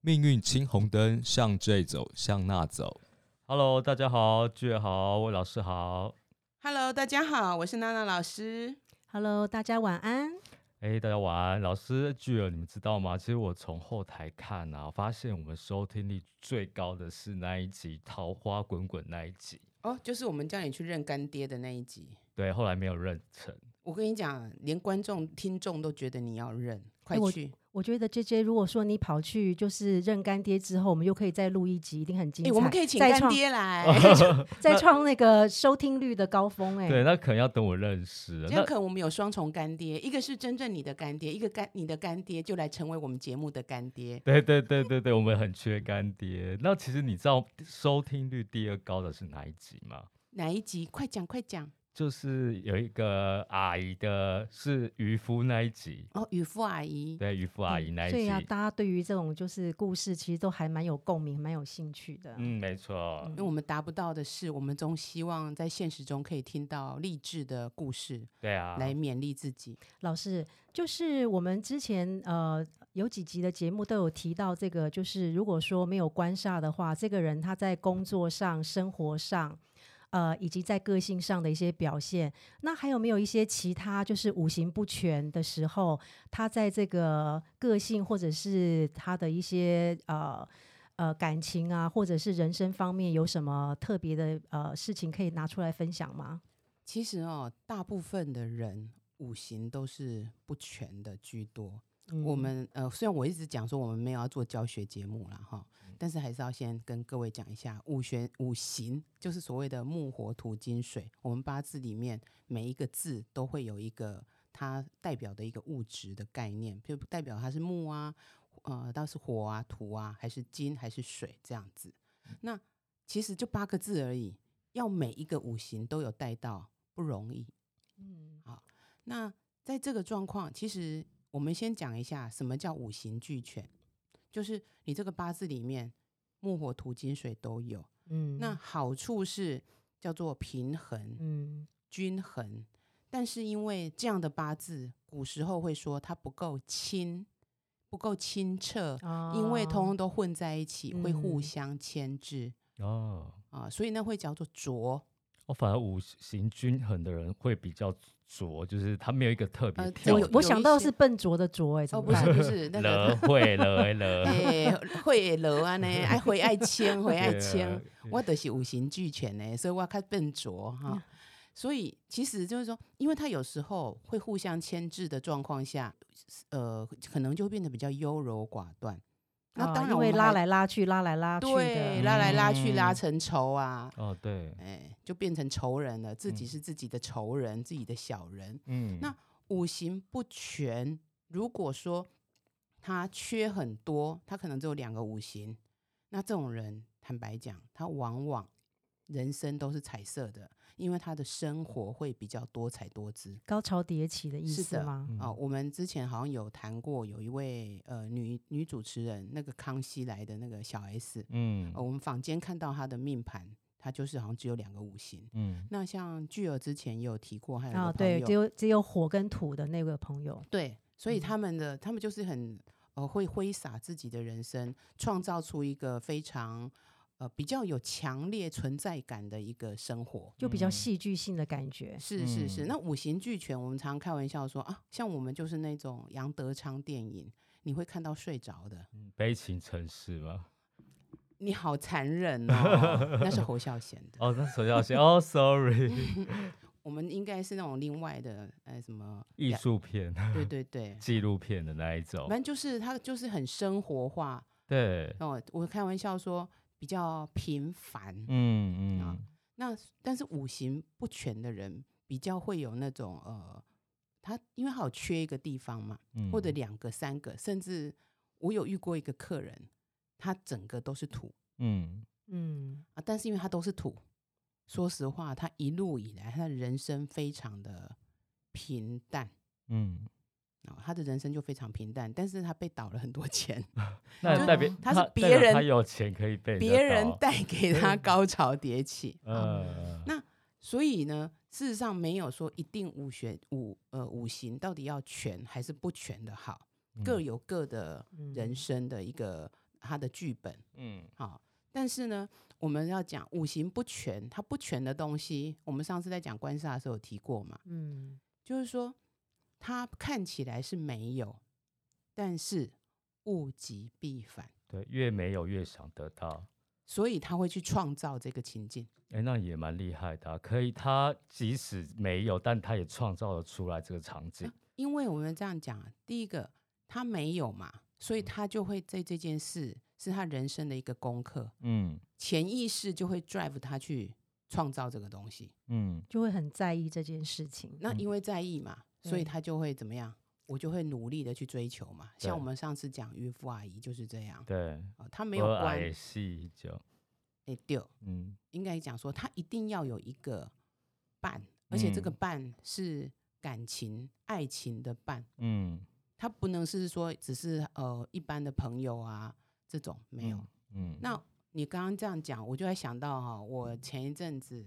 命运青红灯，向这走，向那走。 Hello，大家好，剧好，我老师好。 Hello，大家好，我是娜娜老师。 Hello，大家晚安。哎、大家晚安。老师，巨儿，你们知道吗？其实我从后台看啊，发现我们收听率最高的是那一集《桃花滚滚》那一集。哦，就是我们叫你去认干爹的那一集。对，后来没有认成。我跟你讲，连观众、听众都觉得你要认，快哎我去！我觉得 J J，如果说你跑去就是认干爹之后，我们又可以再录一集，一定很精哎、彩。我们可以请再 干创哦爹来， 再创那个收听率的高峰、哎，对，那可能要等我认识了。这那样可能我们有双重干爹，一个是真正你的干爹，一个干你的干爹就来成为我们节目的干爹。对对对对对，我们很缺干爹。那其实你知道收听率第二高的是哪一集吗？哪一集？快讲，快讲！就是有一个阿姨的，是渔夫那一集。哦，渔夫阿姨，对，渔夫阿嗯姨那一所以集。啊，大家对于这种就是故事，其实都还蛮有共鸣，蛮有兴趣的。嗯，没错。因为我们达不到的是，我们总希望在现实中可以听到励志的故事，对啊。来勉励自己。老师，就是我们之前呃有几集的节目都有提到这个，就是如果说没有官煞的话，这个人他在工作上、生活上。呃，以及在个性上的一些表现，那还有没有一些其他就是五行不全的时候，他在这个个性或者是他的一些呃呃感情啊，或者是人生方面有什么特别的呃事情可以拿出来分享吗？其实哦，大部分的人五行都是不全的居多。我嗯们呃，虽然我一直讲说我们没有要做教学节目啦，哈，但是还是要先跟各位讲一下五行五行，就是所谓的木火土金水。我们八字里面每一个字都会有一个它代表的一个物质的概念，就代表它是木啊，呃，到底是火啊、土啊，还是金还是水这样子。那其实就八个字而已，要每一个五行都有带到不容易。嗯那在这个状况，其实我们先讲一下什么叫五行俱全，就是你这个八字里面木、火、土、金、水都有。嗯那好处是叫做平衡、嗯均衡，但是因为这样的八字，古时候会说它不够清，不够清澈，啊因为通通都混在一起，会互嗯相牵制哦，啊，所以那会叫做浊。我反而五行均衡的人会比较浊，就是他没有一个特别呃跳的。有我我有想一到些是笨拙的拙哎、怎哦，么不办？是不是，那个了会 了了，诶、会会啊呢，爱会爱牵，会爱对啊牵，我就是五行俱全呢，所以我较笨拙嗯哈。所以其实就是说，因为他有时候会互相牵制的状况下，呃，可能就会变得比较优柔寡断。那啊当然因我为们拉还来拉去，拉来拉去对的，拉来拉去拉嗯成仇啊，哦，对，哎、就变成仇人了，自己嗯是自己的仇人，自己的小人。嗯，那五行不全，如果说他缺很多，他可能只有两个五行，那这种人，坦白讲，他往往人生都是彩色的，因为他的生活会比较多彩多姿。高潮迭起的意是思的吗？嗯啊、我们之前好像有谈过，有一位呃女女主持人，那个康熙来的那个小 S，、嗯呃、我们坊间看到她的命盘，她就是好像只有两个五行。嗯那像巨儿之前也有提过，还有一啊，个朋对，友只有只有火跟土的那个朋友，对，所以嗯他们的、他们就是很呃会挥洒自己的人生，创造出一个非常呃比较有强烈存在感的一个生活。就比较嗯戏剧性的感觉。是是是，嗯那五行俱全，我们常开玩笑说啊，像我们就是那种杨德昌电影，你会看到睡着的，嗯，悲情城市吗？你好残忍哦，那是侯孝贤的。哦，那首要先哦，sorry， 我们应该是那种另外的，呃，什么艺呀？术片、对 对对，纪录片的那一种反，正就是他就是很生活化对，哦。我开玩笑说比较平凡，嗯啊嗯，那但是五行不全的人比较会有那种呃，他因为他有缺一个地方嘛，嗯或者两个、三个，甚至我有遇过一个客人，他整个都是土嗯嗯，啊，但是因为他都是土，说实话，他一路以来他的人生非常的平淡。嗯，啊，他的人生就非常平淡，但是他被倒了很多钱，那就代表他是代别表人他有钱可以被别家人搞，带嗯给他高潮迭起。呃，那所以呢，事实上没有说一定五行五呃五行到底要全还是不全的好，各嗯有各的人嗯生的一个它的剧本，嗯，好，但是呢，我们要讲五行不全，它不全的东西，我们上次在讲官煞的时候有提过嘛，嗯，就是说它看起来是没有，但是物极必反，对，越没有越想得到。所以他会去创造这个情境。哎，那也蛮厉害的啊、可以他即使没有，但他也创造了出来这个场景。因为我们这样讲啊，第一个他没有嘛，所以嗯他就会在这件事是他人生的一个功课，嗯潜意识就会 drive 他去创造这个东西。嗯，就会很在意这件事情。那嗯因为在意嘛，所以对他就会怎么样？我就会努力的去追求嘛。对像我们上次讲渔夫阿姨就是这样，对，哦，他没有关也戏就哎丢，嗯应该讲说他一定要有一个伴，而且这个嗯伴是感情、爱情的伴，嗯他不能是说只是呃一般的朋友啊这种没有。嗯那你刚刚这样讲，我就在想到哈、我前一阵子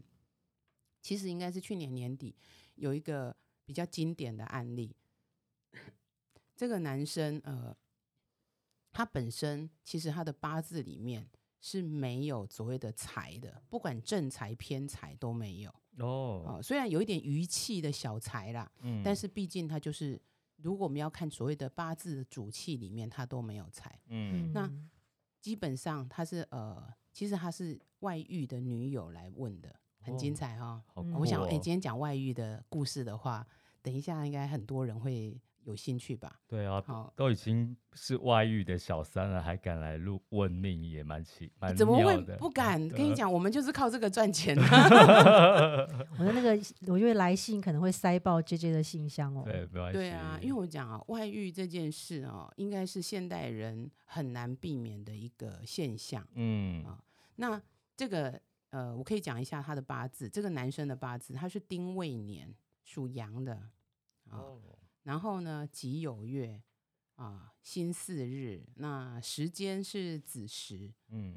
其实应该是去年年底有一个比较经典的案例，这个男生呃，他本身其实他的八字里面是没有所谓的财的，不管正财偏财都没有哦啊、虽然有一点余气的小财啦，嗯，但是毕竟他就是。如果我们要看所谓的八字的主气里面，他都没有财，嗯那基本上他是呃，其实他是外遇的女友来问的，很精哦彩哈、好嗯酷我想，哎、哦今天讲外遇的故事的话，等一下应该很多人会有兴趣吧？对啊，好，都已经是外遇的小三了，还敢来录问命，也蛮奇蛮怎么会妙的呃不敢？跟你讲，我们就是靠这个赚钱的、我的那个，我觉得来信可能会塞爆 J J 的信箱哦。 对，没关系。对啊，因为我讲啊，外遇这件事哦，应该是现代人很难避免的一个现象。嗯啊那这个呃，我可以讲一下他的八字，这个男生的八字，他是丁未年，属羊的啊。哦然后呢，己酉月啊，辛巳日，那时间是子时，嗯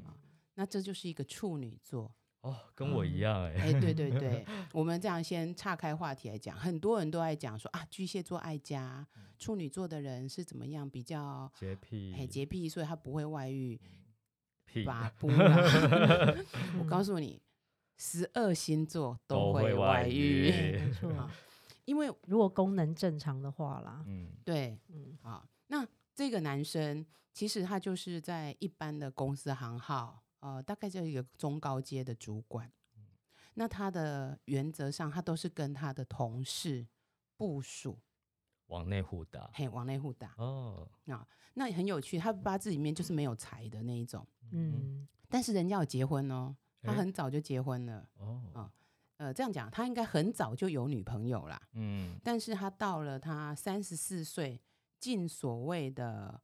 那这就是一个处女座。哦，跟我一样哎，哎，对 对对，我们这样先岔开话题来讲，很多人都爱讲说啊，巨蟹座爱家，嗯处女座的人是怎么样比较洁癖，哎洁癖，所以他不会外遇啊癖吧？不啦，我 嗯告诉你，十二星座都都会会外外遇，遇 没错。啊因为如果功能正常的话啦，嗯对嗯啊，那这个男生其实他就是在一般的公司行号，呃，大概就一个中高阶的主管。嗯那他的原则上，他都是跟他的同事、部属，往内互打嘿，往内互打。哦，那很有趣，他八字里面就是没有财的那一种，嗯，但是人家有结婚哦，他诶很早就结婚了。哦，呃，这样讲，他应该很早就有女朋友啦。嗯但是他到了他三十四岁，进所谓的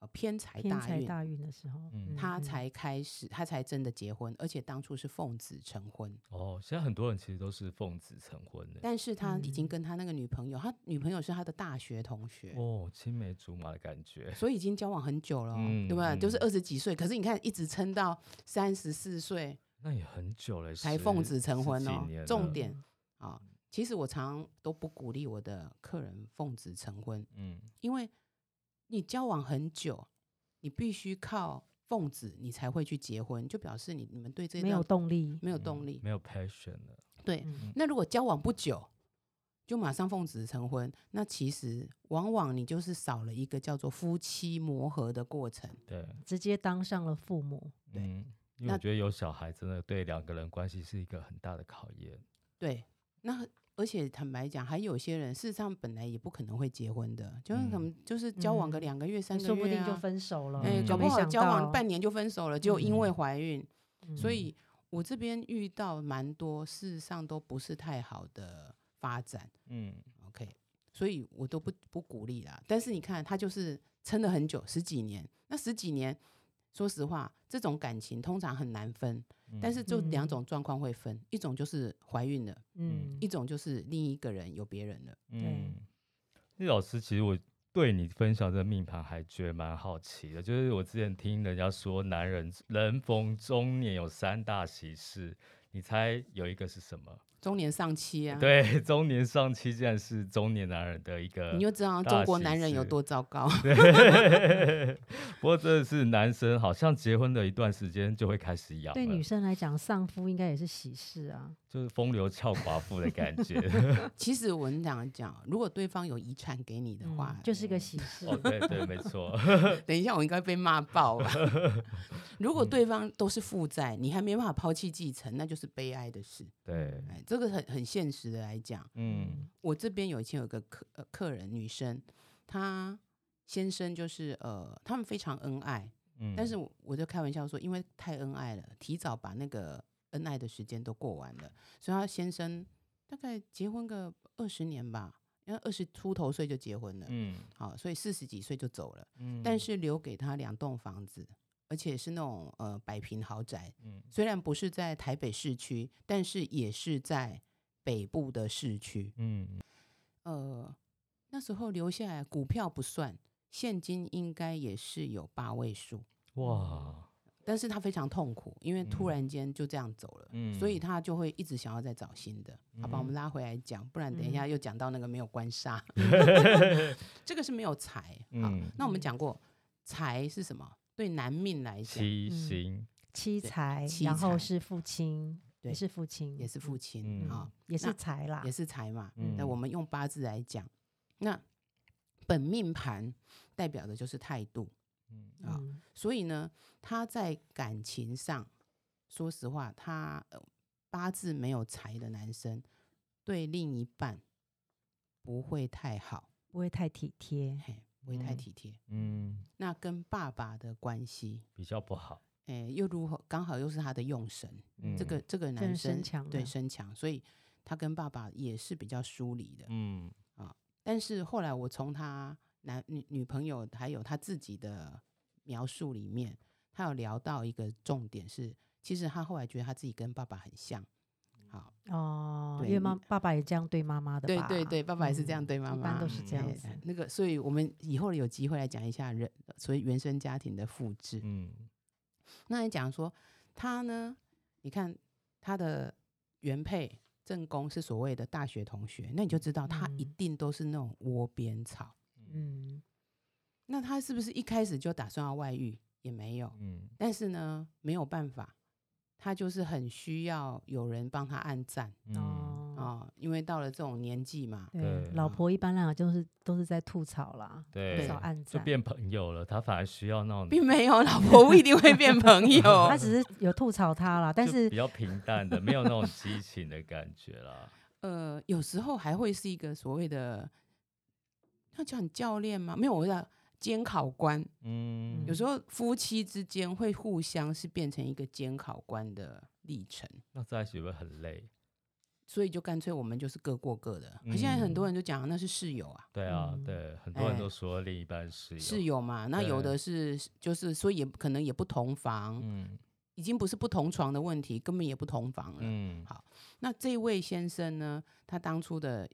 呃偏财天大才运，大运的时候，嗯他嗯才开始，他才真的结婚，而且当初是奉子成婚。哦，现在很多人其实都是奉子成婚的但是他已经嗯跟他那个女朋友，他女朋友是他的大学同学，哦，青梅竹马的感觉，所以已经交往很久了哦、嗯对吧？就是嗯二十几岁，可是你看一直撑到三十四岁那也很久了，才十奉子成婚十几哦年。重了点啊、其实我常都不鼓励我的客人奉子成婚，嗯因为你交往很久，你必须靠奉子，你才会去结婚，就表示你你们对这没有段动力，没有嗯动力。没有 passion 了，对，嗯那如果交往不久就马上奉子成婚，那其实往往你就是少了一个叫做夫妻磨合的过程。对，直接当上了父母，对嗯，因为那我觉得有小孩真的对两个人关系是一个很大的考验，对，那而且坦白讲，还有些人事实上本来也不可能会结婚的，就是可嗯能就是交往个嗯两个月、三个月、啊，说不定就分手了，嗯哎、搞就不没好想交往到，半年就分手了，就因为怀孕，嗯所以我这边遇到蛮多，事实上都不是太好的发展。嗯 OK，所以我都不不鼓励啦。但是你看，他就是撑了很久，十几年。那十几年，说实话，这种感情通常很难分，但是就两嗯种状况会分，一种就是怀孕了，嗯一种就是另一个人有别人了。嗯，那老师其实我。对你分享这命盘还觉得蛮好奇的，就是我之前听人家说，男人人逢中年有三大喜事，你猜有一个是什么？中年丧妻啊，对，中年丧妻竟然是中年男人的一个你就知道大中国喜男人有事多糟糕。 不过真的是男生，好像结婚的一段时间就会开始痒对女了，生来讲，丧夫应该也是喜事啊。就是风流俏寡妇的感 觉。其实我们讲讲，如果对方有遗产给你的话，嗯就是个喜事。哦，对对，没错， 等一下我应该被骂爆 吧。如嗯果对方都是负债，你还没办法抛弃继承，那就是悲哀的事。对，哎，这个很很现实的来讲，嗯我这边有以前有个客、呃、客人女生，她先生就是呃，他们非常恩爱，嗯，但是我我就开玩笑说，因为太恩爱了，提早把那个恩爱的时间都过完了，所以她先生大概结婚个二十年吧，因为二十出头岁就结婚了，嗯好，所以四十几岁就走了，嗯，但是留给她两栋房子，而且是那种呃百平豪宅，嗯虽然不是在台北市区，但是也是在北部的市区。嗯呃，那时候留下来股票不算，现金应该也是有八位数，嗯哇，但是他非常痛苦，因为突嗯然间就这样走了，嗯，所以他就会一直想要再找新的。好吧，我们拉回来讲，不然等一下又讲到那个没有 官杀， 这个是没有财。好，嗯那我们讲过财是什么？对男命来讲七星，妻对财，妻然后财是父亲，对也是父亲，也是父亲嗯啊。嗯也是那财啦也。是财嘛。嗯那我们用八字来讲，那本命盘代表的就是态度，嗯啊嗯所以呢，他在感情上，说实话，他、呃、八字没有财的男生，对另一半不会太好，不会太体贴。嘿，不会太嗯体贴。嗯，那跟爸爸的关系，比较不好，诶、又如何？刚好又是他的用神，嗯这个这个人男生生强啊对了身强，所以他跟爸爸也是比较疏离的。嗯但是后来我从他男女女朋友还有他自己的描述里面，他有聊到一个重点是，其实他后来觉得他自己跟爸爸很像。好，哦，对因为妈爸爸也这样对妈妈的嗯对吧对对，爸爸也是这样嗯对妈一般妈都。是嗯这样哎子。那个，所以我们以后有机会来讲一下人，所以原生家庭的复制。嗯那你讲说他呢？你看他的原配正宫是所谓的大学同学，那你就知道他一嗯定都是那种窝边草。嗯，那他是不是一开始就打算要外遇？也没有，嗯但是呢，没有办法，他就是很需要有人帮他按赞嗯，哦，啊、因为到了这种年纪嘛，对对，老啊婆一般来讲就是都是在吐槽啦，对吐槽，暗就赞。变朋友了，他反而需要那种并没有老婆不一定会变朋友他。只是有吐槽他啦，但哦就是比较平淡的，没有那种激情的感觉啦。呃，有时候还会是一个所谓的，那叫你教练吗？没有，我叫监考官。嗯有时候夫妻之间会互相是变成一个监考官的历程。那在一起会不会很累？所以就干脆我们就是各过各的。现在很多人就讲那是室友啊，对啊，嗯对，很多人哎都说另一半是有室，友嘛，那有的是就是所以也可能也不同房，嗯已经不是不同床的问题，根本也不同房了。嗯好那这位先生呢，他当初的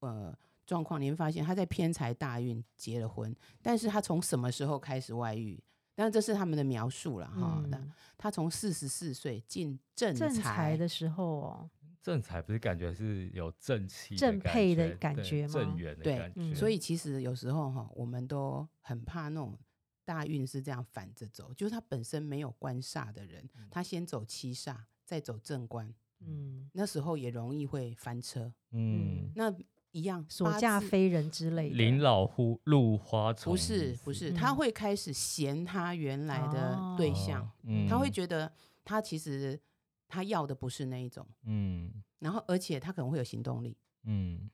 呃状况，你会发现他在偏财大运结了婚，但是他从什么时候开始外遇？但这是他们的描述了哈。那、嗯他从四十四岁进嗯正正财财的时候哦，正财不是感觉是有正气、正配的感对觉吗正缘的对感嗯觉，所以其实有时候哈，我们都很怕那种大运是这样反着走，就是他本身没有官煞的人，他先走七煞，再走正官，嗯，那时候也容易会翻车。嗯，那一样所八嫁字非人之类的，林老虎入花丛不的意是思，不是，他嗯会开始嫌他原来的对哦象，嗯他会觉得他其实他要的不是那一种，嗯然后而且他可能会有行动力。嗯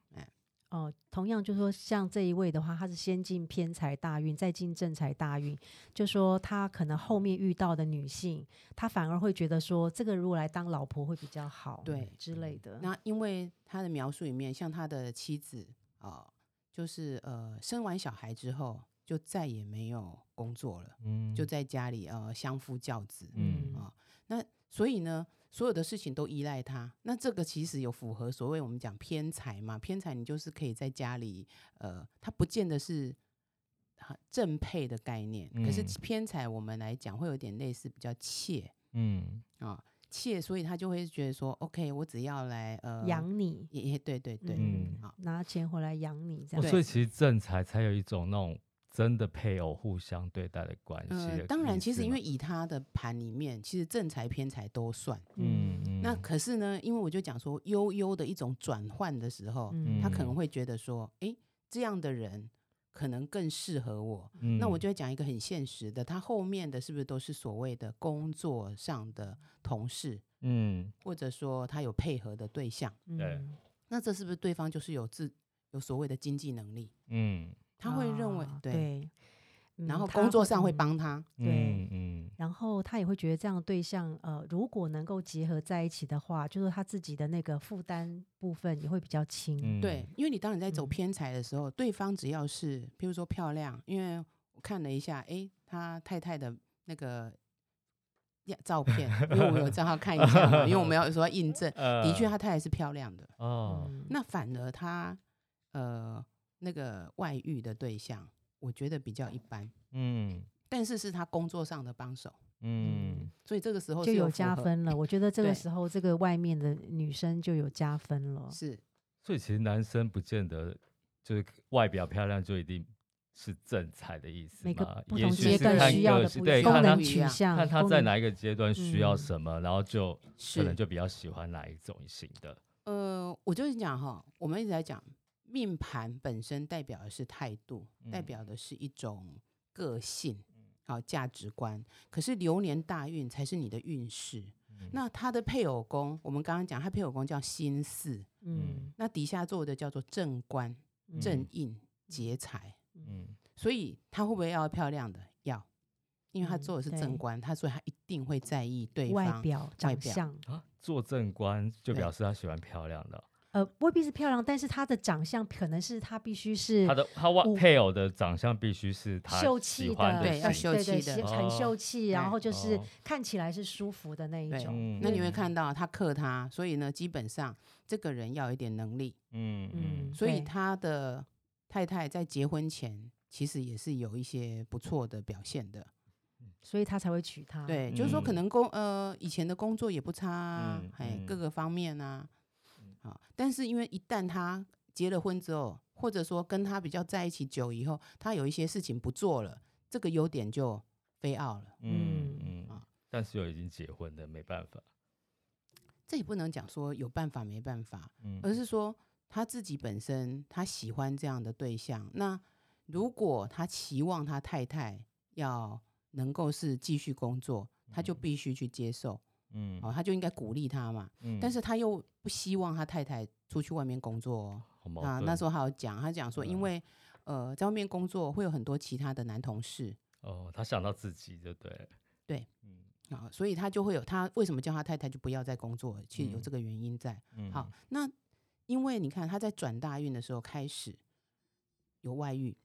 哦，同样就说像这一位的话，他是先进偏财大运，再进正财大运，就说他可能后面遇到的女性，他反而会觉得说，这个如果来当老婆会比较好，对之类的。那因为他的描述里面，像他的妻子啊、呃就是呃，生完小孩之后就再也没有工作了，嗯，就在家里呃相夫教子。嗯啊那所以呢，所有的事情都依赖他。那这个其实有符合所谓我们讲偏财嘛？偏财你就是可以在家里，呃，它不见得是。啊正配的概念，可是嗯偏财我们来讲会有点类似比较妾嗯啊、切，所以他就会觉得说，OK，我只要来呃，嗯养你，也也对对对，嗯好，拿钱回来养你，这哦样对所以其实正财才有一种那种真的配偶互相对待的关系的意思呃嘛。，当然，其实因为以他的盘里面，其实正财偏财都算。嗯，嗯那可是呢，因为我就讲说，悠悠的一种转换的时候，嗯他可能会觉得说，诶，这样的人可能更适合我。那我嗯就会讲一个很现实的，他后面的是不是都是所谓的工作上的同事，嗯或者说他有配合的对象？对嗯那这是不是对方就是有自有所谓的经济能力？嗯他会认为、啊对，对，嗯然后他工作上会嗯帮他。嗯嗯然后他也会觉得这样的对象，呃，如果能够结合在一起的话，就是他自己的那个负担部分也会比较轻。嗯，对，因为你当你在走嗯偏财的时候，对方只要是，譬如说漂亮，因为我看了一下，诶，他太太的那个呀照片，因为我有账号看一下嘛，因为我们要说要印 证，呃，的确他太太是漂亮的，哦，嗯那反而他呃那个外遇的对象，我觉得比较一般，嗯但是是他工作上的帮手，嗯所以这个时候就是有符加合，分了。我觉得这个对时候，这个外面的女生就有加分了。是所以其实男生不见得就是外表漂亮就一定是正财的意思每个嘛，不也同许阶是段看需要个的性不一对，样，看功他能取向，看他功在能哪一个阶段需要嗯什么，然后就是可能就比较喜欢哪一种型的。呃，我就是讲哈，我们一直在讲命盘本身代表的是态度，代嗯表的是一种个性，嗯好价值观。可是流年大运才是你的运势。嗯那他的配偶宫，我们刚刚讲，他配偶宫叫心巳，嗯那底下做的叫做正官、嗯正印、劫财，嗯所以他会不会要漂亮的？要，因为他嗯做的是对正官，他所以他一定会在意对外方。表、外长表相，啊，做正官就对表示他喜欢漂亮的，呃，未必是漂亮，但是她的长相可能是她必须是他的他外五配偶的长相必须是他秀喜气欢的，对要型秀对气对的喜很秀气，然对后就是哦看起来是舒服的那一对种。那嗯你会看到他克他，所以呢，基本上这个人要有一点能力，嗯嗯嗯，所以对他的太太在结婚前其实也是有一些不错的表现的，所以他才会娶她。对，就是说可嗯能工呃以前的工作也不差、啊嗯，哎、各嗯个方面啊，好，但是因为一旦他结了婚之后，或者说跟他比较在一起久以后，他有一些事情不做了，这个优点就飞傲了，嗯嗯嗯，但是又已经结婚的，没办法，这也不能讲说有办法没办法，嗯而是说他自己本身他喜欢这样的对象。那如果他期望他太太要能够是继续工作，他就必须去接受，嗯哦，他就应该鼓励他嘛。嗯但是他又不希望他太太出去外面工作哦。好矛啊，盾那时候还有讲，他讲说，嗯因为呃，在外面工作会有很多其他的男同事哦，他想到自己就对了，对嗯，啊，所以他就会有他为什么叫他太太就不要再工作了，其实有嗯这个原因在。嗯好，，那因为你看他在转大运的时候开始有外遇，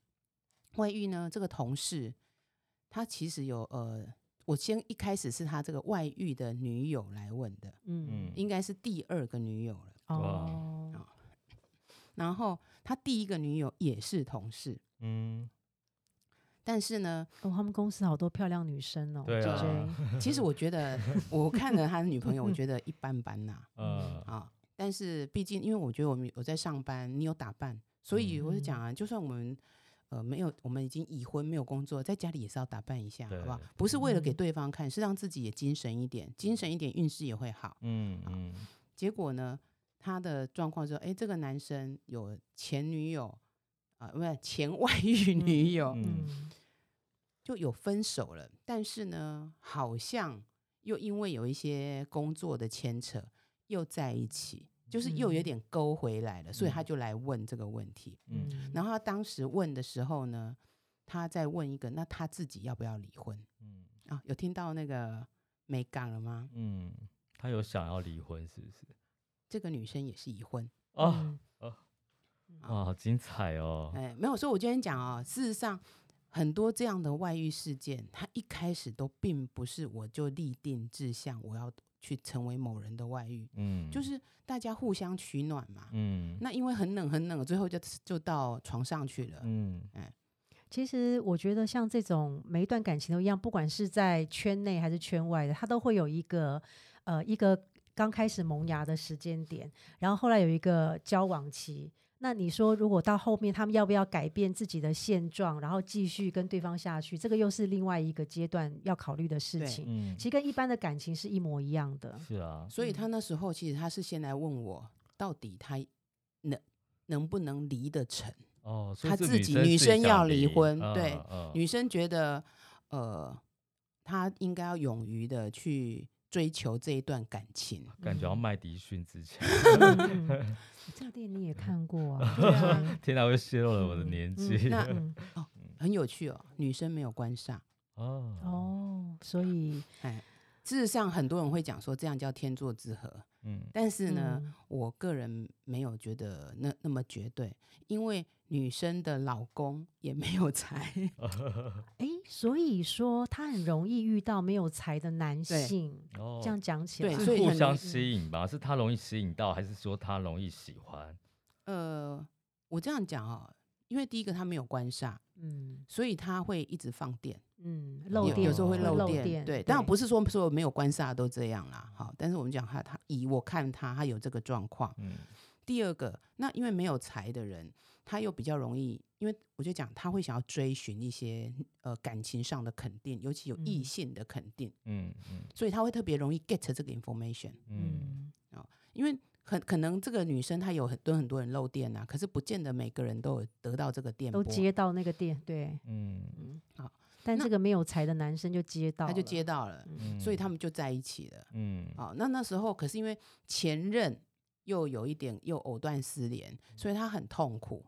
外遇呢，这个同事他其实有呃，我先一开始是他这个外遇的女友来问的，嗯，应该是第二个女友了。哦，然后他第一个女友也是同事，嗯但是呢，哦，他们公司好多漂亮女生哦，对姐啊姐，其实我觉得我看了他的女朋友，我觉得一般般呐、呃啊，但是毕竟因为我觉得我们我在上班，你有打扮，所以我就讲嗯啊，就算我们呃没有，我们已经已婚没有工作，在家里也是要打扮一下，好不好对？不是为了给嗯对方看，是让自己也精神一点，精神一点运势也会好。嗯嗯结果呢，他的状况说，哎，这个男生有前女友啊，不、是前外遇嗯女友，嗯嗯，就有分手了，但是呢，好像又因为有一些工作的牵扯，又在一起，就是又有嗯点勾回来了，所以他嗯就来问这个问题。嗯嗯然后他当时问的时候呢，他在问一个，那他自己要不要离婚嗯啊？有听到那个美港了吗？嗯，他有想要离婚是不是？这个女生也是已婚，啊嗯哇，好精彩哦，哎，没有。所以我今天讲哦，事实上很多这样的外遇事件，他一开始都并不是我就立定志向，我要去成为某人的外遇。嗯，就是大家互相取暖嘛。嗯那因为很冷很冷，最后就就到床上去了。嗯其实我觉得像这种每一段感情都一样，不管是在圈内还是圈外的，它都会有一个呃一个刚开始萌芽的时间点，然后后来有一个交往期。那你说，如果到后面他们要不要改变自己的现状，然后继续跟对方下去，这个又是另外一个阶段要考虑的事对情。嗯其，实跟一般的感情是一模一样的。是啊，所以他那时候其实他是先来问我，到底他能能不能离得成？哦，所以他是自己女女自己生想要离婚嗯对嗯女生觉得，呃，她应该要勇于的去追求这一段感 情。感觉要麦迪逊之前， 嗯这个电影你也看过啊？对啊，天哪，又泄露 了我的年纪 嗯那嗯很有趣哦，女生没有关上。哦， 哦，所以哎，事实上很多人会讲说这样叫天作之合，嗯但是呢，嗯我个人没有觉得那那么绝对，因为女生的老公也没有才。诶，所以说他很容易遇到没有才的男对性，哦这样讲起来对，是所以互很相容吸引吧？是他容易吸引到，还是说他容易喜欢？呃，我这样讲哦，因为第一个他没有关煞，嗯所以他会一直放电，嗯，漏有电有时候会漏漏电，对，当但然不是说所有没有关煞都这样啦。好，但是我们讲他他以我看他他有这个状况。嗯，第二个，那因为没有财的人，他又比较容易，因为我就讲他会想要追寻一些呃感情上的肯定，尤其有异嗯性的肯定，嗯嗯所以他会特别容易 get 这个 information。嗯，嗯因为很可能这个女生她有很多很多人漏电啊，可是不见得每个人都有得到这个电波，都接到那个电，对，嗯但那这个没有才的男生就接到，她就接，到了，嗯，所以他们就在一起了。嗯好，那那时候可是因为前任又有一点又藕断丝连，嗯所以她很痛苦。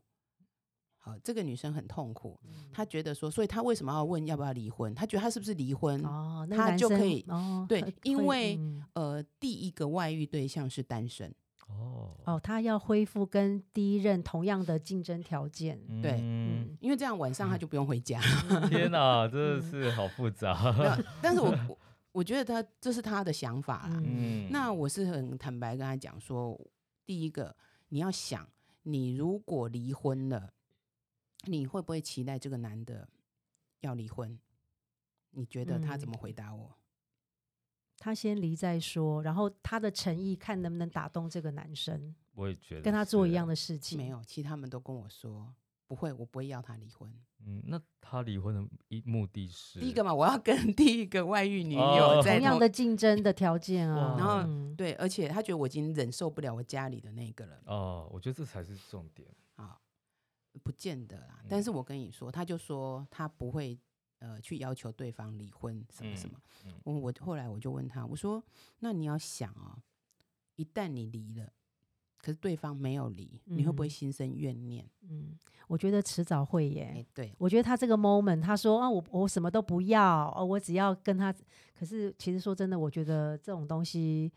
好，这个女生很痛苦，嗯她觉得说，所以她为什么要问要不要离婚？她觉得她是不是离婚？哦，那个嗯他男就可生以哦，对会因会为嗯呃，第一个外遇对象是单身，哦哦，他要恢复跟第一任同样的竞争条件，对嗯嗯，因为这样晚上她就不用回家。 天哪，真的嗯是好复杂。没有 但是我我我觉得她这是她的想法啦。嗯嗯，那我是很坦白跟她讲说，第一个你要想，你如果离婚了，你会不会期待这个男的要离婚？你觉得他怎嗯么回答我？他先离再说，然后他的诚意看能不能打动这个男生， 我也觉得跟他做一样的。的事情，没有，其实他们都跟我说不会，我不会要他离婚。嗯，那他离婚的一目的是第一个嘛，我要跟 第一个外遇女友哦在同样同的竞争的条件啊哇，然后嗯对，而且他觉得我已经忍受不了我家里的那个了哦，我觉得这才是重点。啊，不见得啦。但是嗯我跟你说，他就说他不会呃去要求对方离婚什么什嗯么。嗯我我后来我就问他，我说那你要想哦，一旦你离了，可是对方没有离，你会不会嗯心生怨念？嗯，我觉得迟早会耶。哎、对，我觉得他这个 moment，他说啊，我我什么都不要，哦，我只要跟他。可是其实说真的，我觉得这种东西，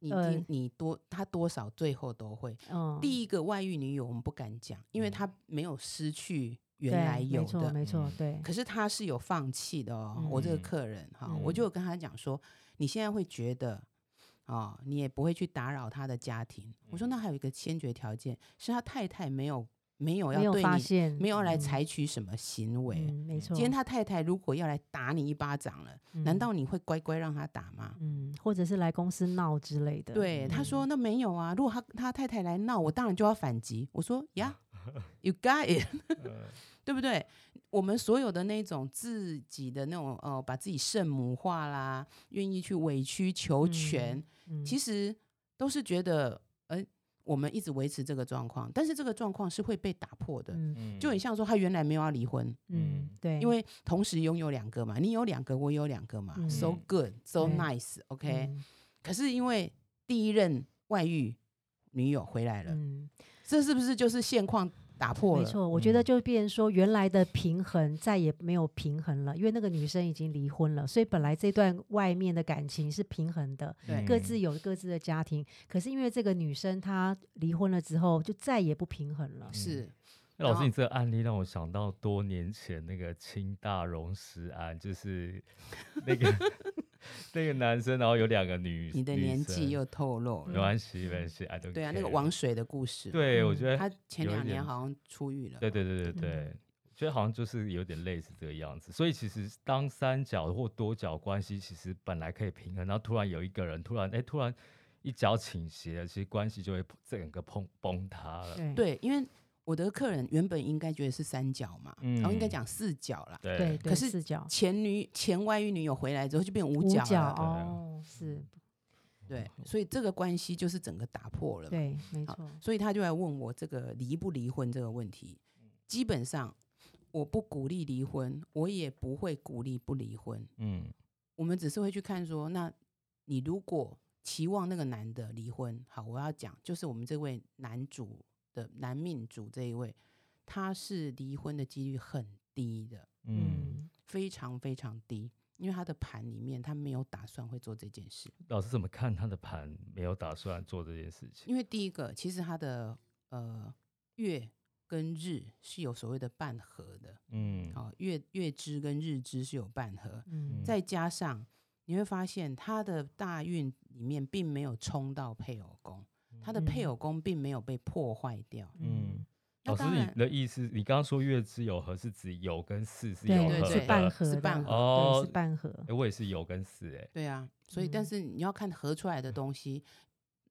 你一呃定你多他多少最后都会。嗯，第一个外遇女友我们不敢讲，因为嗯他没有失去对原来有没错的，没错嗯，对，可是他是有放弃的哦，我这个嗯客人哈，嗯我就有跟他讲说，你现在会觉得，哦，你也不会去打扰他的家庭。我嗯说那还有一个先决条件是他太太没有没有没要有对发你现，没有来嗯采取什么行为。嗯，没错。今天他太太如果要来打你一巴掌了，难道你会乖乖让他打吗？嗯，或者是来公司闹之类的？对，他嗯说那没有啊，如果他他太太来闹，我当然就要反击。我嗯说呀，you got it，对不对？我们所有的那种自己的那种呃，把自己圣母化啦，愿意去委曲求全，嗯，其实实都是觉得，呃，我们一直维持这个状况，但是这个状况是会被打破的。嗯嗯就很像说，他原来没有要离婚，嗯嗯，对，因为同时拥有两个嘛，你有两个，我有两个嘛、嗯 s o good，so 对 nice，OK、嗯可是因为第一任外遇女友回来了，嗯，这是不是就是现况打破了？没错，我觉得嗯就变成说原来的平衡再也没有平衡了，因为那个女生已经离婚了，所以本来这段外面的感情是平衡的，对嗯各自有各自的家庭。可是因为这个女生她离婚了之后，就再也不平衡了。是老然师，后你这个案例让我想到多年前那个清大荣石案， 就是那个 那个男生，然后有两个嗯女，你的女年生纪又透露没了。关系，没关系，I don't 对啊，那个 care 王水的故事，嗯对，我嗯觉得他前有一两点年好像出狱了。对对对对嗯对，觉得好像就是有点类似这个样子。所以其实当三角或多角关系，其实本来可以平衡，然后突然有一个人突然哎、突然一脚倾斜了，其实关系就会整个崩崩塌了。对对，因为我的客人原本应该觉得是三角嘛，然哦后应该嗯讲四角啦。对对对，可是四角前女前外遇女友回来之后就变五嗯五角角了，啊哦，是对，所以这个关系就是整个打破了嘛。对，没嗯好错，所以他就来问我这个离不离婚这个问题。基本上我不鼓励离婚，我也不会鼓励不离婚。嗯我们只是会去看说，那你如果期望那个男的离婚，好，我要讲就是我们这位男主的男命主这一位，他是离婚的几率很低的，嗯，嗯，非常非常低，因为他的盘里面他没有打算会做这件事。老师怎么看他的盘没有打算做这件事情？因为第一个，其实它的呃月跟日是有所谓的半合的，嗯，好、月月支跟日支是有半合，嗯，再加上你会发现他的大运里面并没有冲到配偶宫，他的配嗯偶宫并没有被破坏掉。嗯嗯，那老师当然你的意思，你刚刚说月之有合是指有跟四是有对合对的，是半合是的，半对合哦是半合，哎我也是有跟四哎、对啊，所以但嗯是你要看合出来的东西，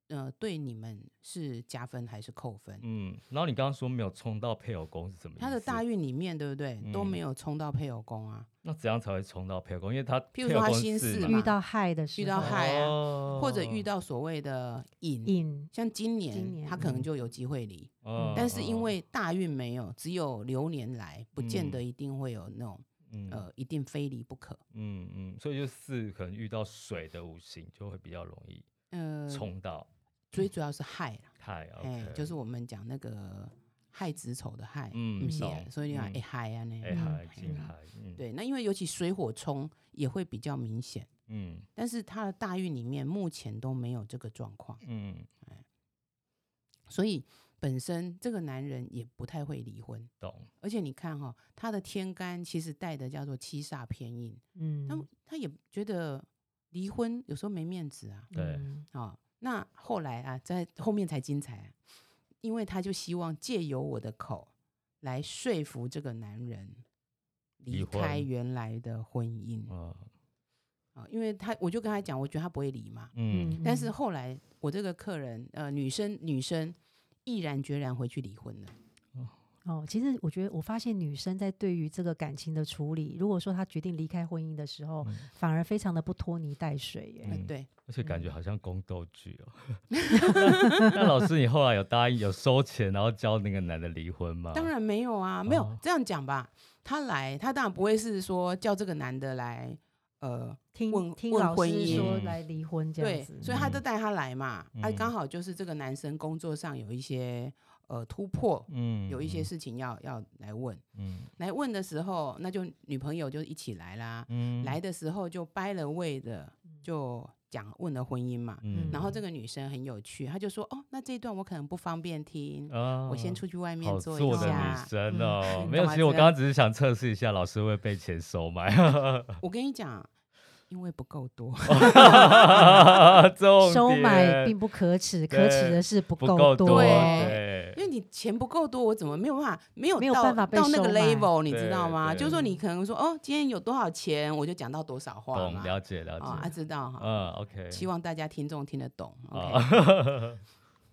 呃，对你们是加分还是扣分？嗯，然后你刚刚说没有冲到配偶宫是什么意思？他的大运里面，对不对，都嗯没有冲到配偶宫啊，那怎样才会冲到配偶宫？因为他譬如说配他偶宫心是事嘛遇嘛到害的时候，遇到害啊哦或者遇到所谓的引引，像今年，年他可嗯能就有机会离，哦但是因为大运没有，只有流年来，不见得嗯一定会有那种、嗯呃，一定非离不可。嗯嗯，所以就四可能遇到水的五行就会比较容易呃，冲到最主要是亥啦，太哎、 OK，就是我们讲那个亥子丑的亥，嗯不是啊懂所以你看嗯哎亥啊那，哎嗯海嘿金海，嗯对，那因为尤其水火冲也会比较明显，嗯但是他的大运里面目前都没有这个状况，嗯所以本身这个男人也不太会离婚。懂，而且你看哈、他的天干其实带的叫做七煞偏印，嗯，他他也觉得离婚有时候没面子啊，对嗯啊、那后来啊，在后面才精彩、啊，因为他就希望借由我的口来说服这个男人离离婚开原来的婚姻嗯啊、因为他我就跟他讲，我觉得他不会离嘛，嗯嗯但是后来我这个客人呃女生女生毅然决然回去离婚了，哦，其实我觉得我发现女生在对于这个感情的处理，如果说她决定离开婚姻的时候，嗯反而非常的不拖泥带水耶。哎嗯对，而且感觉好像宫斗剧 哦。 那老师，你后来有答应有收钱，然后教那个男的离婚吗？当然没有啊，没有、哦这样讲吧。他来，他当然不会是说叫这个男的来，呃，听问听问老婚师说姻来离婚这样对子，，所以他就嗯带他来嘛。啊，嗯刚好就是这个男生工作上有一些呃突破，嗯，有一些事情要要来问。嗯来问的时候，那就女朋友就一起来啦。嗯来的时候就掰了位的，就讲问了婚姻嘛。嗯然后这个女生很有趣，她就说：“哦，那这一段我可能不方便听，啊我先出去外面好坐做一的下。女生哦，嗯没有，懂吗其实我这刚刚只是想测试一下老师会被钱收 买，我跟你讲，因为不够多。重收买点并不可耻，可耻对的是不不够多，对对因为你钱不够多，我怎么没有办法没有没有到办法被到那收个买 level，你知道对吗？对嗯就是说你可能说哦，今天有多少钱，我就讲到多少话懂嘛。了解了哦啊，解，知道哈。嗯，OK，希望大家听众听得懂。OK，啊，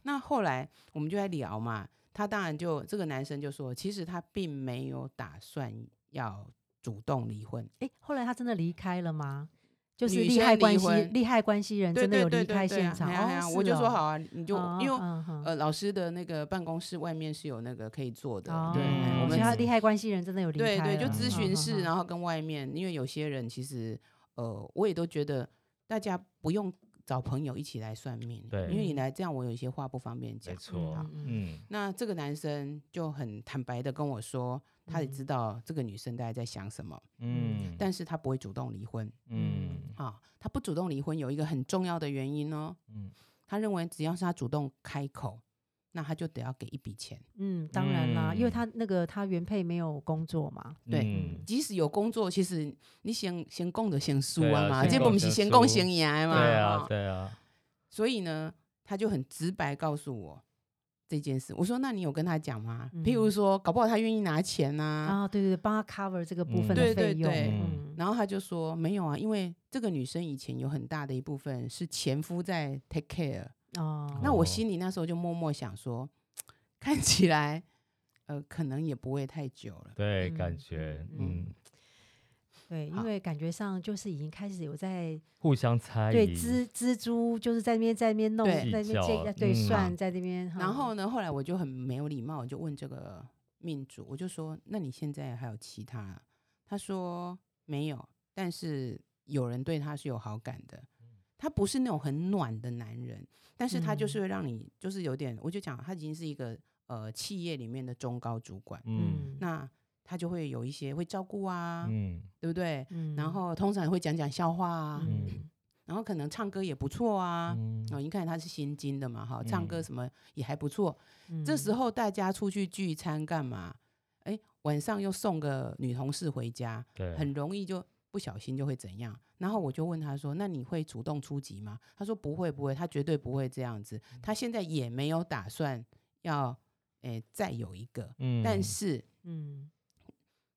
那后来我们就在聊嘛，他当然就这个男生就说，其实他并没有打算要主动离婚，哎，后来他真的离开了吗？就是女利生害离关系婚利害关系人对真的对有对离对开对现啊场嘿啊嘿啊哦，我是就说哦好，啊，你就哦因为嗯哼呃老师的那个办公室外面是有那个可以坐的，哦对，哎我所们以他只利害关系人真的有离开对了，嗯对，就嗯咨询室，后然后跟外面，因为有些人其实，呃，我也都觉得大家不用找朋友一起来算命，对因为你嗯来这样，我有一些话不方便讲没。错，嗯那这个男生就很坦白的跟我说，他也知道这个女生大概在想什么，嗯，但是他不会主动离婚嗯啊。他不主动离婚有一个很重要的原因哦，嗯他认为只要是他主动开口，那他就得要给一笔钱，嗯，当然啦，因嗯为他那个他原配没有工作嘛，对嗯即使有工作，其实你先先供的先输对啊啊嘛，先这供不不先是先供输先赢嘛？对啊哈对啊，所以呢，他就很直白告诉我，这件事。我说那你有跟他讲吗？嗯譬如说，搞不好他愿意拿钱呐、啊，对对对，帮他 cover 这个部嗯分的对费对用，对嗯然后他就说没有啊，因为这个女生以前有很大的一部分是前夫在 take care。哦，那我哦心里那时候就默默想说，看起来呃可能也不会太久了。对，嗯感觉嗯嗯对，因好为感觉上就是已经开始有在互相猜对疑，蜘蜘蛛就是在那边在那边弄，在对那边计较这对嗯算在那边，哈然后呢，后来我就很没有礼貌，我就问这个命主，我就说：“那你现在还有其他？”他说：“没有，但是有人对他是有好感的。嗯他不是那种很暖的男人，但是他就是会让你就是有点，我就讲他已经是一个呃企业里面的中高主管，嗯那他就会有一些会照顾啊，嗯对不对？嗯然后通常会讲讲笑话啊，嗯然后可能唱歌也不错啊。嗯哦，你看他是新金的嘛，哈，唱歌嗯什么也还不错。嗯这时候候大家出去聚餐干嘛？哎，晚上又送个女同事回家，对，很容易就不小心就会怎样。然后我就问他说：“那你会主动出击吗？”他说：“不会，不会，他绝对不会这样子。嗯他现在也没有打算要，哎，再有一个。嗯但是嗯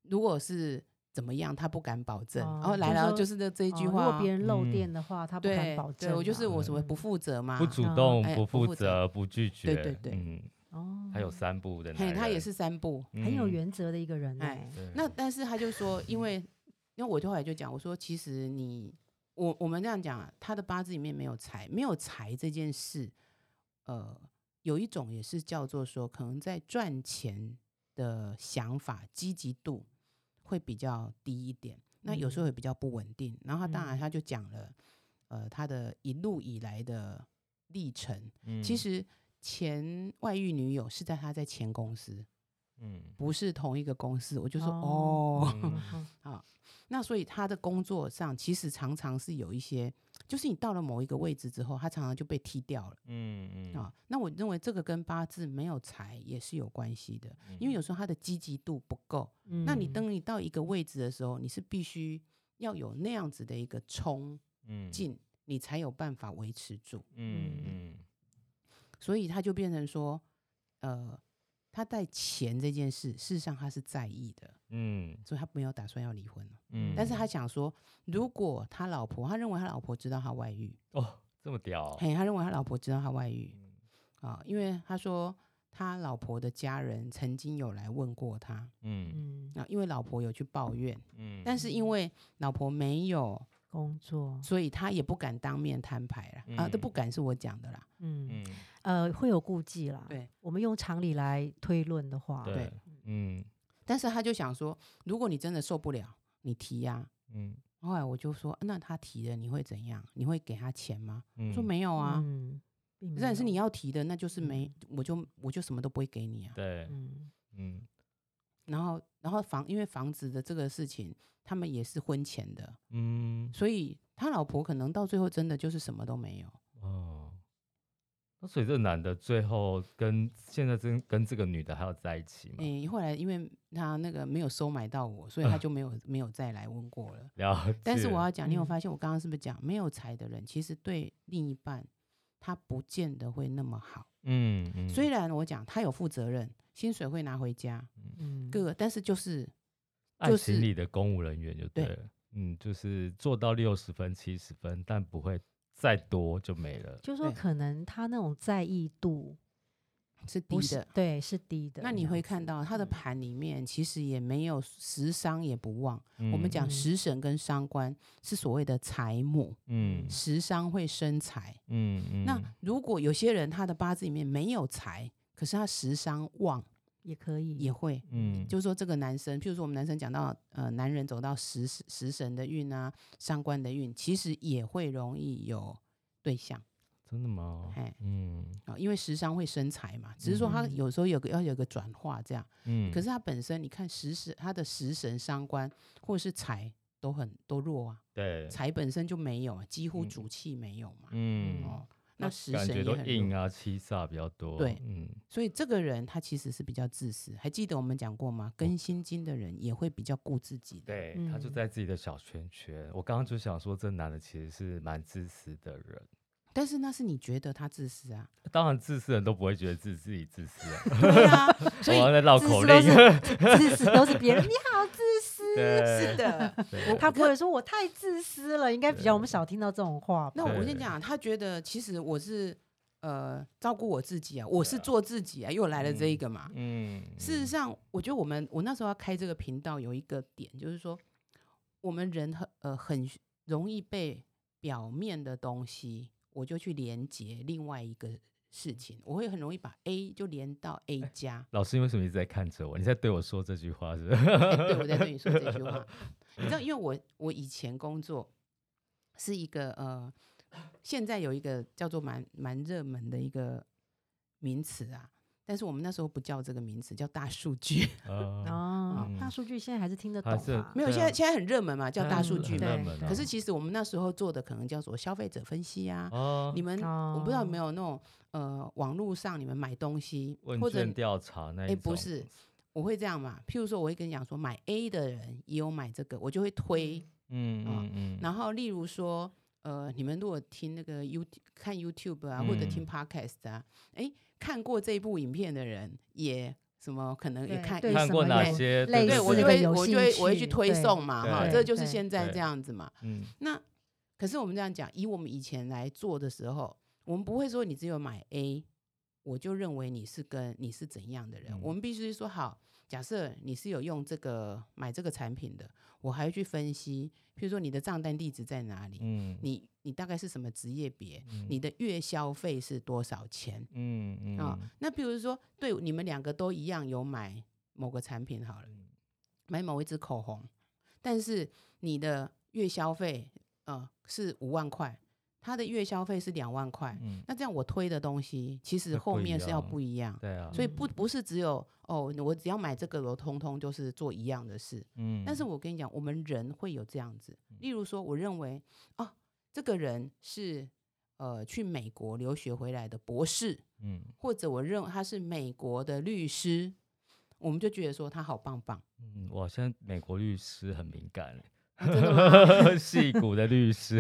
如果是怎么样，他不敢保证。哦然后来就是了说就是这这一哦句如话果啊，别人漏嗯电的话，他不敢对保证啊，对，我就是我什么嗯不负责嘛，不主啊动、哎不不负负责责、不拒绝，对对对嗯，哦，他有三步的男嘿，人，他也是三步，很有嗯，原则的一个人哎哎，对那但是他就说，因为因为我就后来就讲，我说其实你我我们这样讲啊，他的八字里面没有财，没有财这件事，呃，有一种也是叫做说，可能在赚钱的想法积极度会比较低一点，那有时候也比较不稳定。然后他当然嗯他就讲了，呃，他的一路以来的历程，嗯其实前外遇女友是在他在前公司， 嗯不是同一个公司，我就说哦哦嗯嗯那所以他的工作上其实常常是有一些，就是你到了某一个位置之后，他常常就被踢掉了嗯嗯啊。那我认为这个跟八字没有财也是有关系的，嗯因为有时候他的积极度不够。那你嗯等你到一个位置的时候，你是必须要有那样子的一个冲嗯劲，你才有办法维持住。嗯嗯所以他就变成说，呃，他在钱这件事，事实上他是在意的，嗯所以他没有打算要离婚哦了。嗯，但是他想说，如果他老婆，他认为他老婆知道他外遇，哦嗯这么屌，嘿，他认为他老婆知道他外遇啊，因为他说他老婆的家人曾经有来问过他嗯嗯啊，因为老婆有去抱怨，嗯，但是因为老婆没有，工作所以他也不敢当面摊牌啦。啊，这嗯不敢是我讲的啦，嗯嗯呃会有顾忌啦，对，我们用常理来推论的话，对嗯但是他就想说，如果你真的受不了，你提呀、嗯后来我就说，啊那他提了，你会怎样？你会给他钱吗？嗯他说没有啊，嗯，并没但是有你要提的，那就是没嗯，我就我就什么都不会给你啊。对嗯嗯然后，然后房因为房子的这个事情，他们也是婚前的，嗯所以他老婆可能到最后真的就是什么都没有。哦。那所以这男的最后跟现在真跟这个女的还要在一起吗？诶、后来因为他那个没有收买到我，所嗯以他就没有、没有再来问过了。了解，但是我要讲，你有嗯发现我刚刚是不是讲没有财的人，其实对另一半他不见得会那么好。嗯嗯，虽然我讲他有负责任，薪水会拿回家，嗯各个，但是就是爱就情是里的公务人员就对对了，嗯，就是做到六十分、七十分，但不会再多就没了。就是说对可能他那种在意度是低不是的。对是低的，那你会看到嗯他的盘里面其实也没有食伤也不旺，我们嗯讲食神跟伤官是所谓的财母，嗯，食伤会生财。嗯嗯嗯，那如果有些人他的八字里面没有财，可是他食伤旺也可以也会，嗯就是说这个男生，譬如说我们男生讲到呃，男人走到食食神的运啊，伤官的运，其实也会容易有对象真的吗嘿？嗯啊、因为食伤会生财嘛，只是说他嗯有时候有个要有个转化这样，嗯，可是他本身你看食神他的食神伤官或者是财都很都弱啊，对，财本身就没有啊，几乎嗯主气没有嘛，嗯，哦，那食感神觉也都很弱硬啊，七煞比较多。对嗯所以这个人他其实是比较自私，还记得我们讲过吗？跟心经的人也会比较顾自己的。哦对，他就嗯在自己的小圈圈。我刚刚就想说，这男的其实是蛮自私的人，但是那是你觉得他自 私啊，当然，自私人都不会觉得自自己自私、啊， 对啊，我所以 要在绕自口私都令。 是自私都是别人，你好自私。对是的， 对 他不会说我太自私了，应该比较我们少听到这种话吧。 那我先对讲，他觉得其实我是呃照顾我自己啊，我是对啊做自己啊，又来了这一嗯个嘛。嗯，事实上，我觉得我们我那时候要开这个频道有一个点，就是说我们人很呃很容易被表面的东西，我就去连接另外一个事情，我会很容易把 A 就连到 A 加。老师，你为什么一直在看着我？你在对我说这句话是不是？ 哎，对，我在对你说这句话。你知道，因为我我以前工作是一个呃，现在有一个叫做蛮蛮热门的一个名词啊，但是我们那时候不叫这个名词，叫大数据。啊，哦，嗯大数据现在还是听得懂还是啊。没有，对现啊在现在很热门嘛，叫大数嗯据对嘛。很热门啊可是其实我们那时候做的可能叫做消费者分析啊。哦，你们我不知道有没哦有那种呃，网络上你们买东西问或者卷调查那一哎不种是，我会这样嘛？譬如说，我会跟你讲说，买 A 的人也有买这个，我就会推。嗯啊嗯嗯，然后例如说，呃，你们如果听那个 You 看 YouTube 啊，或者听嗯 Podcast 啊，哎，看过这部影片的人也什么可能也对看对也看什过么哪类些？类对对我似就的会有我就兴会我会去趣推对送嘛，哈，对这就是对现在对这样子嘛。嗯那可是我们这样讲，以我们以前来做的时候，我们不会说你只有买 A，我就认为你是跟你是怎样的人。嗯我们必须说好，假设你是有用这个买这个产品的，我还会去分析，譬如说你的账单地址在哪里，嗯，你你大概是什么职业别，嗯你的月消费是多少钱嗯嗯啊、那比如说，对你们两个都一样有买某个产品好了，嗯买某一支口红，但是你的月消费呃是五万块，他的月消费是两万块，嗯，那这样我推的东西其实会后不一面是要样不一样，对啊，所以不不是只有哦，我只要买这个，我通通就是做一样的事。嗯，但是我跟你讲，我们人会有这样子，例如说，我认为啊，这个人是呃去美国留学回来的博士，嗯或者我认为他是美国的律师，我们就觉得说他好棒棒。嗯，哇，现在美国律师很敏感欸，啊真的 吗？戏骨的律师，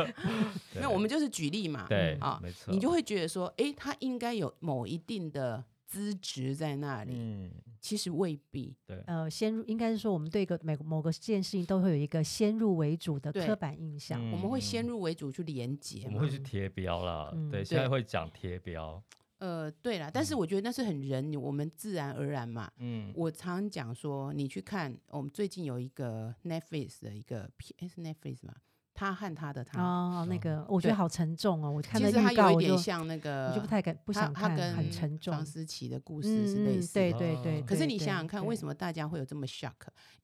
没有，我们就是举例嘛。对啊没错，你就会觉得说，诶，他应该有某一定的资质在那里，嗯，其实未必。对，呃，先入应该是说我们对一个每某个件事情都会有一个先入为主的对刻板印象。我们会先嗯入为主去连接我们。嘛会去贴标啦，嗯对，对现在会讲贴标，呃，对啦，但是我觉得那是很人，我们自然而然嘛。嗯我常讲说，你去看我们最近有一个 Netflix 的一个片，诶是 Netflix 嘛？他和他的他，哦，那嗯个我觉对得好沉重哦，我看其了实他预有告一我就点像那个，我就不太敢不他想他看，跟很沉重房。思琪的故事是类嗯嗯，似对的。对哦对。可是你对想想看，为什对么大家会有这么 shock？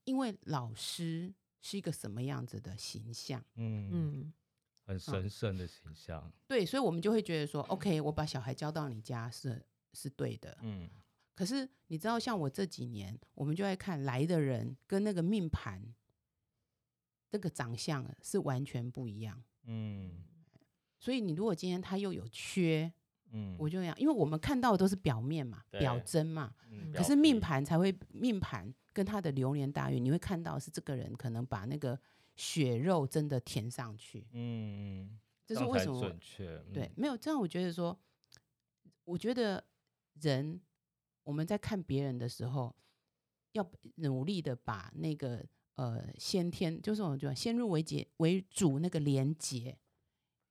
因为老师是一个什么样子的形象？嗯，嗯，啊很神圣的形象，对，所以我们就会觉得嗯说，OK，我把小孩交到你家是是对的。嗯可是你知道，像我这几年，我们就在看来的人跟那个命盘，那个长相啊是完全不一样。嗯所以你如果今天他又有缺，嗯，我就讲，因为我们看到的都是表面嘛，对表征嘛，嗯可表是命皮盘才会命盘跟他的流年大运，你会看到是这个人可能把那个血肉真的填上去，嗯，嗯，这是样为才什么我？准确？嗯对，没有这样，我觉得说，我觉得人我们在看别人的时候，要努力的把那个呃先天，就是我们讲先入为结为主那个连结，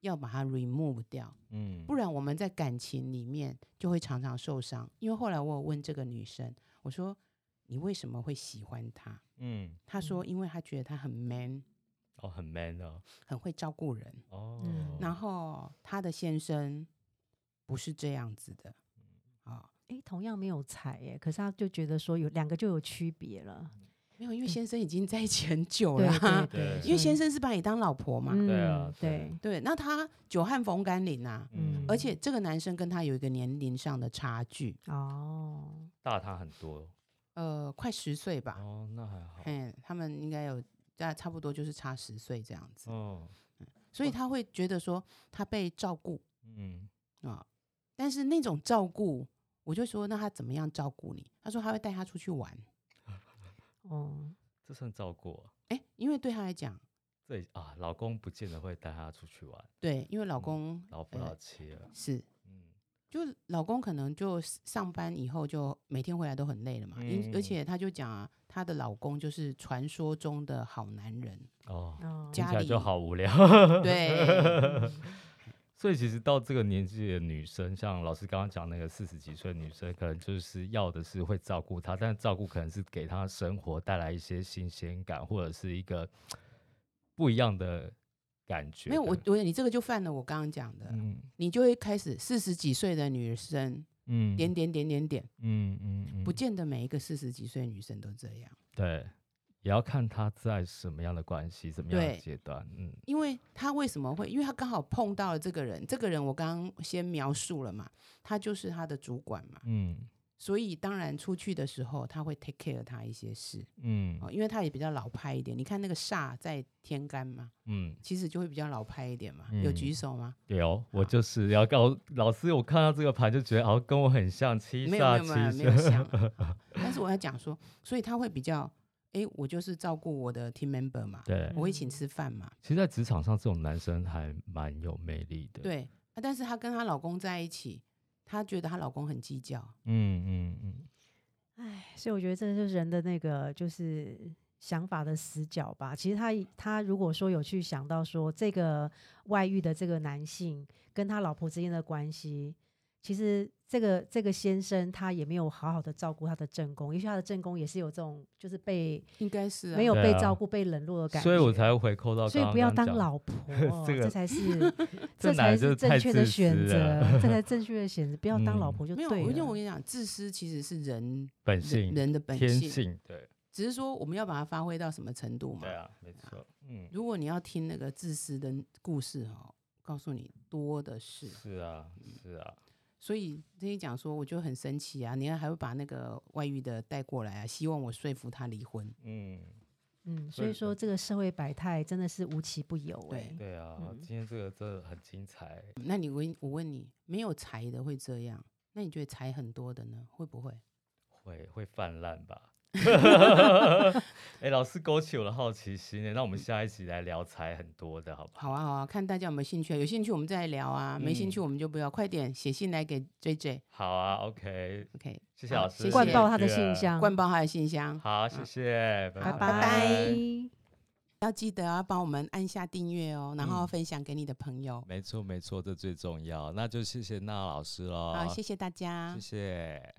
要把它 remove 掉，嗯，嗯，不然我们在感情里面就会常常受伤。因为后来我有问这个女生，我说你为什么会喜欢他？嗯，她说嗯因为她觉得他很 man，哦，很 man 哦，很会照顾人。哦，嗯嗯然后他的先生不是这样子的嗯啊、诶，同样没有踩耶，可是他就觉得说有两个就有区 别了。没有，因为先生已经在一起很久了嗯对对啊，对对，因为先生生是把你当老婆嘛，对啊嗯对对，对，那他久旱逢甘霖呐、嗯嗯，而且这个男生跟他有一个年龄上的差距，哦，大他很多呃，快十岁吧，哦，那还好，嗯，他们应该有大概差不多就是差十岁这样子，哦，所以他会觉得说他被照顾嗯，啊、但是那种照顾，我就说那他怎么样照顾你？他说他会带他出去玩，哦，这算照顾啊，哎，因为对他来讲，这也啊，老公不见得会带她出去玩，对，因为嗯老公老夫呃老妻了，是，嗯，就是老公可能就 s- 上班以后就每天回来都很累了嘛，因、而嗯且她就讲啊，她的老公就是传说中的好男 人，哦，哦，听家起来里就好无聊。 对嗯所以其实到这个年纪的女生，像老师刚刚讲那个四十几岁的女生，可能就是要的是会照顾她，但照顾可能是给她生活带来一些新鲜感，或者是一个不一样的感觉。没有我可能我你这个就犯了我刚刚讲的，嗯你就会开始四十几岁的女生嗯点点点点点，嗯嗯嗯，不见得每一个四十几岁的女生都这样，对，也要看她在什么样的关系、什么样的对阶段。嗯因为她为什么会？因为她刚好碰到了这个人，这个人我刚刚先描述了嘛，他就是她的主管嘛，嗯所以当然出去的时候他会 take care 她一些事。嗯哦，因为他也比较老派一点。你看那个煞在天干嘛，嗯，其实就会比较老派一点嘛。有举嗯手吗？有，我就是要告老师，我看到这个盘就觉得，哦，跟我很像，七没有煞没七有没有没煞有想啊。好 但是我要讲说，所以他会比较，诶，我就是照顾我的 team member 嘛， 对，我会请吃饭嘛，其实，在职场上，这种男生还蛮有魅力的。，对。啊、但是她跟她老公在一起，她觉得她老公很计较，嗯嗯嗯，哎，所以我觉得这就是人的那个就是想法的死角吧。其实他他如果说有去想到说这个外遇的这个男性跟他老婆之间的关系，其实这个这个先生他也没有好好的照顾他的正宫，也许他的正宫也是有这种就是被应该是、啊、没有对被啊照顾、被冷落的感觉。所以我才会回扣到所以刚刚不要刚当讲 老婆，这个 才是这男才人就是是正太确的自私选择了，这才正确的选择。不要当老 嗯婆就没对有。了。因为我跟你讲，自私其实是人本人性、人的本天性，性，对只是说我们要把它发挥到什么程度嘛。对啊，没错，嗯，如果你要听那个自私的故事哦，告诉你多的是。是啊，是啊，所以这些讲说，我就很生气啊！你看还会把那个外遇的带过来啊，希望我说服他离婚。嗯，嗯，所所以以说这个社会百态真的是无奇不有哎、对对啊，嗯今天这个真的很精彩。那你问我问你，没有财的会这样？那你觉得财很多的呢，会不会？会会泛滥 吧？ 哎、老师勾起我的好奇心欸耶，那我们下一集来聊财很多的，好不好？好啊，好啊，看大家有没有兴趣啊？有兴趣我们再来聊啊，没兴趣我们就不要。快点写信来给 J J，OK，、好啊，OK， OK，谢谢啊好老师，谢灌谢爆他的信，箱，灌爆他的信箱，好，谢谢，拜好拜拜。要记得要帮我们按下订阅哦，然后嗯分享给你的朋友。没错没错，这最重要。那就谢谢娜老师喽，好，谢谢大家，谢谢